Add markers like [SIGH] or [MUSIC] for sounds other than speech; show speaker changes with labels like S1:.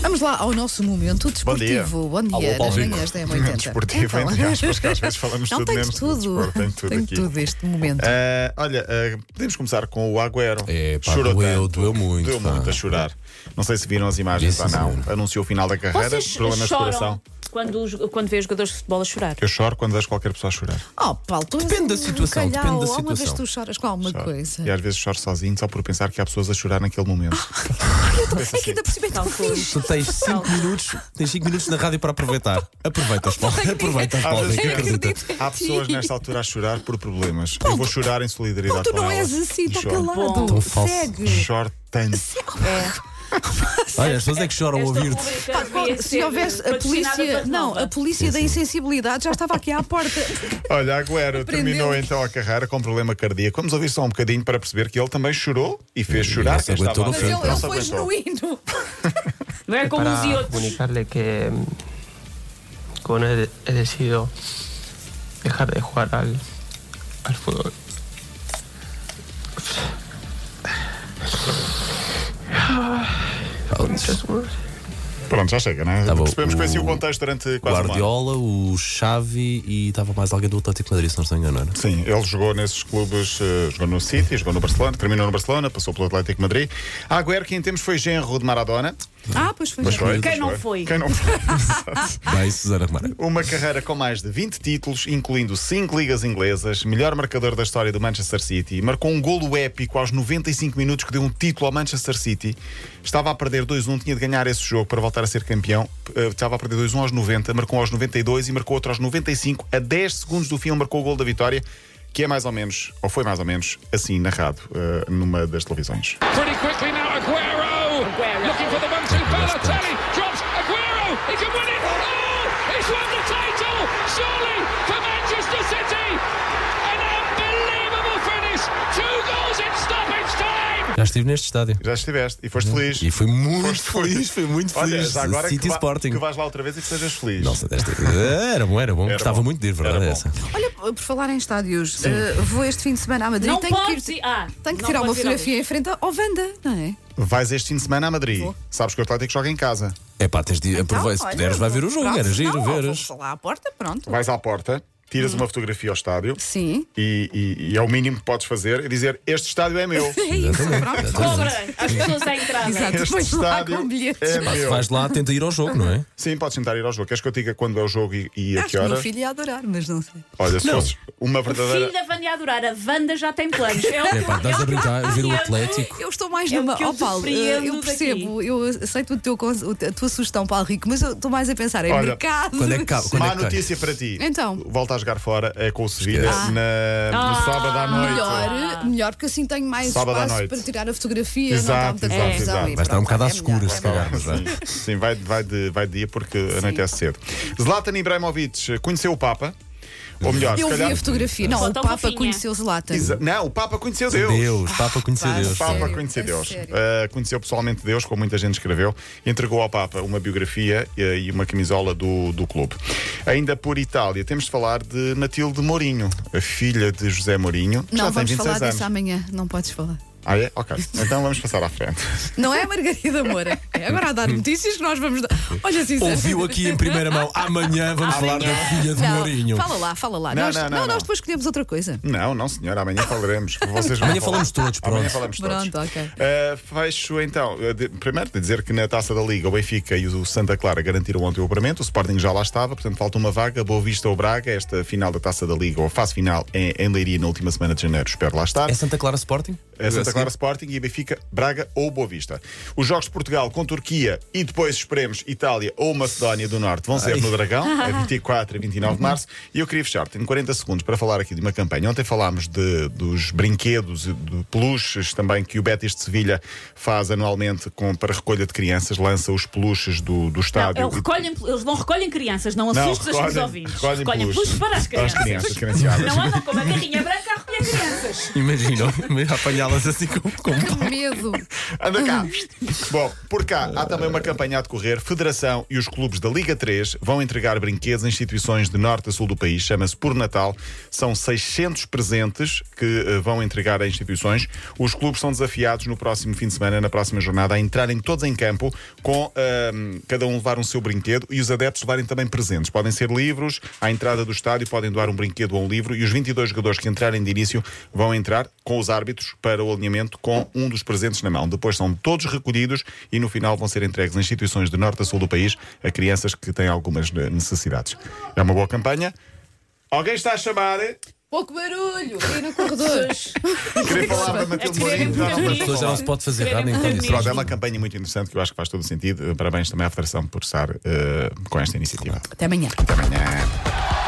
S1: Vamos lá ao nosso momento
S2: Bom dia.
S1: desportivo. Bom dia.
S3: Alô,
S1: Nas
S3: Paulinho.
S1: manhãs da M80.
S2: Desportivo,
S1: Então,
S2: entre aspas, porque às vezes
S1: [LAUGHS]
S2: falamos
S1: Não,
S2: tudo
S1: tem
S2: menos
S1: de
S2: de
S1: tudo.
S2: desporto, tem tudo aqui.
S1: este momento.
S2: Ah, olha, ah, podemos começar com o Agüero.
S3: É, pá,
S2: Chorou
S3: doeu,
S2: tanto.
S3: doeu muito,
S2: Doeu
S3: pá.
S2: muito a chorar. Não sei se viram as imagens
S3: Disse,
S2: ou não.
S3: senhora.
S2: Anunciou o final da carreira,
S4: Vocês
S2: problemas de
S4: choram
S2: coração.
S4: quando, os- quando vê os jogadores de futebol a chorar?
S2: Eu choro quando vejo qualquer pessoa a chorar.
S1: Oh, Paulo, tu és
S3: Depende da
S1: um
S3: situação, depende da
S1: bacalhau. Alguma vez
S3: situação.
S1: tu choras com alguma
S2: Choro.
S1: coisa.
S2: E às vezes choro sozinho só por pensar que há pessoas a chorar naquele momento.
S1: É que ainda
S2: assim.
S1: por cima é tão
S4: Não,
S1: feliz.
S3: Tu tens 5 minutos, tens 5 minutos na rádio para aproveitar. Aproveitas, Paulo. Aproveitas,
S2: Às
S3: Paulo.
S2: vezes
S3: Ninguém
S2: penso,
S3: acredita.
S2: há pessoas nesta altura a chorar por problemas. Eu vou chorar
S1: Paulo,
S2: em solidariedade
S1: tu
S2: com
S1: não
S2: elas.
S1: és assim,
S2: E
S1: está
S2: choro.
S1: calado.
S3: Tão falso.
S1: Segue. É.
S2: Choro tanto.
S3: Olha, as pessoas é que choram a
S4: Esta
S3: ouvir-te.
S4: rubrica devia
S1: Se
S4: ser
S1: houvesse a
S4: patrocinada
S1: polícia.
S4: pela
S1: Não,
S4: Renova.
S1: a polícia da insensibilidade já estava aqui à
S2: [LAUGHS]
S1: porta.
S2: Olha, Agüero
S1: Aprendeu.
S2: terminou então a carreira com problema cardíaco. Vamos ouvir só um bocadinho para perceber que ele também chorou e fez
S3: E
S2: chorar
S3: não se
S2: quem estava
S3: aguentou no
S2: à
S1: Mas
S3: fim.
S2: frente.
S1: ele, ele
S2: Não se
S1: foi
S2: aguentou.
S1: genuíno.
S4: Não é como os e
S5: para
S4: outros.
S5: comunicarle que mm, con él he decidido dejar de jugar al, al fútbol.
S2: Pronto, já chega, não é?
S3: Tá bom.
S2: Percebemos que foi assim o
S3: O
S2: contexto durante quase um ano.
S3: Guardiola, o Xavi e estava mais alguém do Atlético de Madrid, se não estou enganado. não era?
S2: Sim, ele jogou nesses clubes, eh, jogou no City, jogou no Barcelona, terminou no Barcelona, passou pelo Atlético de Madrid. Agüero, que em tempos foi genro de Maradona.
S1: Ah, pois foi.
S2: Mas
S1: genuíno.
S2: foi,
S4: Quem
S2: mas
S4: não foi?
S2: Quem não foi?
S3: Bem, Susana Romana.
S2: Uma carreira com mais de 20 títulos, incluindo 5 ligas inglesas, melhor marcador da história do Manchester City, marcou um golo épico aos 95 minutos que deu um título ao Manchester City. Estava a perder 2-1, tinha de ganhar esse jogo para voltar a ser campeão. Eh, Estava a perder 2-1 aos 90, marcou aos 92 e marcou outro aos 95. A 10 segundos do fim, ele marcou o golo da vitória, que é mais ou menos, ou foi mais ou menos, assim narrado eh, numa das televisões.
S6: Pretty quickly now, Aguero.
S4: Aguero.
S6: Looking for the one-two. Balotelli drops. Aguero. He can win it. Oh, he's won the title. Surely for Manchester City. An unbelievable finish. Two goals in stoppage time.
S3: Já estive neste estádio.
S2: Já estiveste e foste feliz.
S3: Uhum. E foi muito
S2: Foste feliz.
S3: feliz, foi muito
S2: Olha,
S3: feliz.
S2: já agora
S3: City
S2: que, va-
S3: Sporting.
S2: que vais lá outra vez e que sejas feliz.
S3: Nossa, desta... era bom, era bom.
S2: Era
S3: Gostava
S2: bom.
S3: muito de ir, verdade
S2: Era
S3: é
S2: bom.
S3: essa.
S1: Olha, por falar em estádios, eh, vou este fim de semana à Madrid.
S4: Não
S1: tenho
S4: podes
S1: que, ir-
S4: ir- ah,
S1: tenho que
S4: não
S1: tirar uma
S4: podes ir ao
S1: fotografia em frente ao Vanda, não é?
S2: Vais este fim de semana a Madrid.
S1: Vou.
S2: Sabes que o Atlético joga em casa.
S3: É pá, tens de aproveitar. Se
S1: Então, olha,
S3: puderes, vai ver o jogo.
S1: pronto,
S3: Era giro,
S1: não,
S3: veras.
S1: vou Uhum. lá à porta, pronto.
S2: Vais à porta, tiras uma fotografia ao estádio
S1: Sim.
S2: e, e- e é o mínimo que podes fazer é dizer: Este estádio
S1: [LAUGHS]
S2: é meu.
S1: É isso, pronto.
S3: Exatamente.
S4: Cobra as pessoas à entrada.
S1: Exato,
S2: Este
S1: depois lá com um
S2: estádio
S1: bilhetes.
S2: é
S3: Pá, se
S2: meu.
S3: vais lá, tenta ir ao jogo, não é?
S2: Sim, podes tentar ir ao jogo. Queres que eu diga quando é o jogo e, e a
S1: Acho
S2: que
S1: que o meu
S2: hora?
S1: filho é- ia adorar, mas não sei.
S2: Olha, se
S3: Não.
S2: fosse uma
S4: O filho
S2: verdadeira.
S4: da Vanda ia adorar. A Wanda já tem planos. É o
S3: É pá, estás a brincar, ver o Atlético.
S1: Eu estou mais
S4: É o
S1: numa.
S4: que eu
S1: ó, Paulo, eh,
S4: depreendo
S1: eu percebo, eu aceito o teu, cons- o- a tua sugestão, Paulo Rico, mas eu estou mais a pensar em
S2: Olha,
S1: mercado.
S3: Quando é que acaba? Quando é
S2: Má
S3: que cai?
S2: notícia para ti.
S1: Então. Ah,
S2: Volta a jogar fora é com o Sevilha
S3: Esquece.
S2: na- no sábado à noite.
S1: Melhor, melhor, porque assim tenho mais
S2: é Sábado à
S1: espaço
S2: noite.
S1: para tirar a fotografia.
S2: Exato,
S1: não está muita
S2: exato,
S1: confusão
S2: exato.
S1: e
S3: Vai estar
S1: pronto,
S3: um bocado à
S1: é melhor,
S3: escura, se
S1: é
S3: calhar. mas vai.
S2: Sim, sim, vai, vai, de, vai de dia porque anoitece cedo. Zlatan Ibrahimovic conheceu o Papa. Ou melhor,
S1: Eu
S2: se
S1: vi
S2: calhar.
S1: a fotografia. Não, o
S4: Foto
S1: Papa
S4: fofinha.
S1: conheceu Zlatan.
S2: Exa- Não, o Papa conheceu Deus.
S3: Deus, Papa conhecer
S1: Pá,
S3: Deus.
S2: O Papa
S1: Sério,
S2: conheceu
S1: é
S2: Deus.
S1: sério.
S2: Uh, conheceu pessoalmente Deus, como muita gente escreveu. Entregou ao Papa uma biografia uh, e uma camisola do, do clube. Ainda por Itália, temos de falar de Matilde Mourinho, a filha de José Mourinho.
S1: Não,
S2: já tem
S1: vamos
S2: 26
S1: falar
S2: anos.
S1: disso amanhã. Não podes falar.
S2: Ah, é? Ok. Então vamos passar à frente.
S1: Não é a Margarida Moura. É agora a dar
S2: Hum.
S1: notícias que nós vamos dar. Olha, sinceramente.
S3: Ouviu aqui em primeira mão, amanhã vamos falar da filha de
S1: Não,
S3: Mourinho.
S1: Fala lá, fala lá.
S2: Não,
S1: nós,
S2: não, não, não.
S1: nós depois escolhemos outra coisa.
S2: Não, não, senhora, amanhã falaremos. Vocês vão falar.
S3: Amanhã falamos todos,
S2: Amanhã
S3: pronto.
S2: falamos todos.
S1: Pronto, ok.
S2: Uh, fecho então, uh, de- primeiro de dizer que na taça da Liga o Benfica e o Santa Clara garantiram ontem o apuramento, o Sporting já lá estava, portanto falta uma vaga, Boa Vista ou Braga, esta final da taça da Liga ou a fase final é em, em Leiria na última semana de janeiro, espero lá estar.
S3: É Santa Clara Sporting?
S2: É Santa Clara Sporting e Benfica, Braga ou Boa Vista. Os jogos de Portugal com Turquia e depois esperemos Itália ou Macedónia do Norte vão ser
S3: Ai.
S2: no
S4: [LAUGHS]
S2: Dragão, a 24 e 29 de março. E eu queria fechar, tenho 40 segundos para falar aqui de uma campanha. Ontem falámos de- dos brinquedos e de peluches também que o Betis de Sevilha faz anualmente com, para recolha de crianças, lança os peluches do, do
S4: Não,
S2: estádio.
S4: é o recolhem- eles não recolhem crianças, não
S2: Não,
S4: assustas os
S2: recolhem-
S4: ouvintes.
S2: recolhem
S4: Recolhem
S2: peluches
S4: peluches para as
S2: para as
S4: crianças. é
S2: crianças, criançadas.
S4: Não andam com uma carrinha branca a recolher serem crianças.
S3: Imagina, imagina assim, [LAUGHS] apanhá-las assim com, com um
S1: Que medo.
S2: Anda cá. Bom, por cá há também uma campanha a decorrer. Federação e os clubes da Liga 3 vão entregar brinquedos a instituições de norte a sul do país. Chama-se Por Natal. São 600 presentes que eh, vão entregar a instituições. Os clubes são desafiados no próximo fim de semana, na próxima jornada, a entrarem todos em campo com ahm, cada um levar um seu brinquedo e os adeptos levarem também presentes. Podem ser livros, à entrada do estádio podem doar um brinquedo ou um livro e os 22 jogadores que entrarem de início vão entrar com os árbitros para o alinhamento com um dos presentes na mão. Depois são todos recolhidos e no final vão ser entregues a instituições de norte a sul do país a crianças que têm algumas eh, necessidades. É uma boa campanha. Alguém está a chamar?
S1: [LAUGHS] Pouco barulho aí no corredor.
S2: Querer falar para Matilde
S4: É quererem
S2: Mourinho? Não, não,
S4: protagonismo.
S3: Uma
S2: vamos
S3: pessoa já
S2: falar.
S3: não se pode fazer
S4: Quererem
S3: nada então
S4: protagonismo.
S2: Pronto, é uma campanha muito interessante que eu acho que faz todo o sentido. Parabéns também à Federação por estar eh, com esta iniciativa.
S1: Até amanhã.
S2: Até amanhã.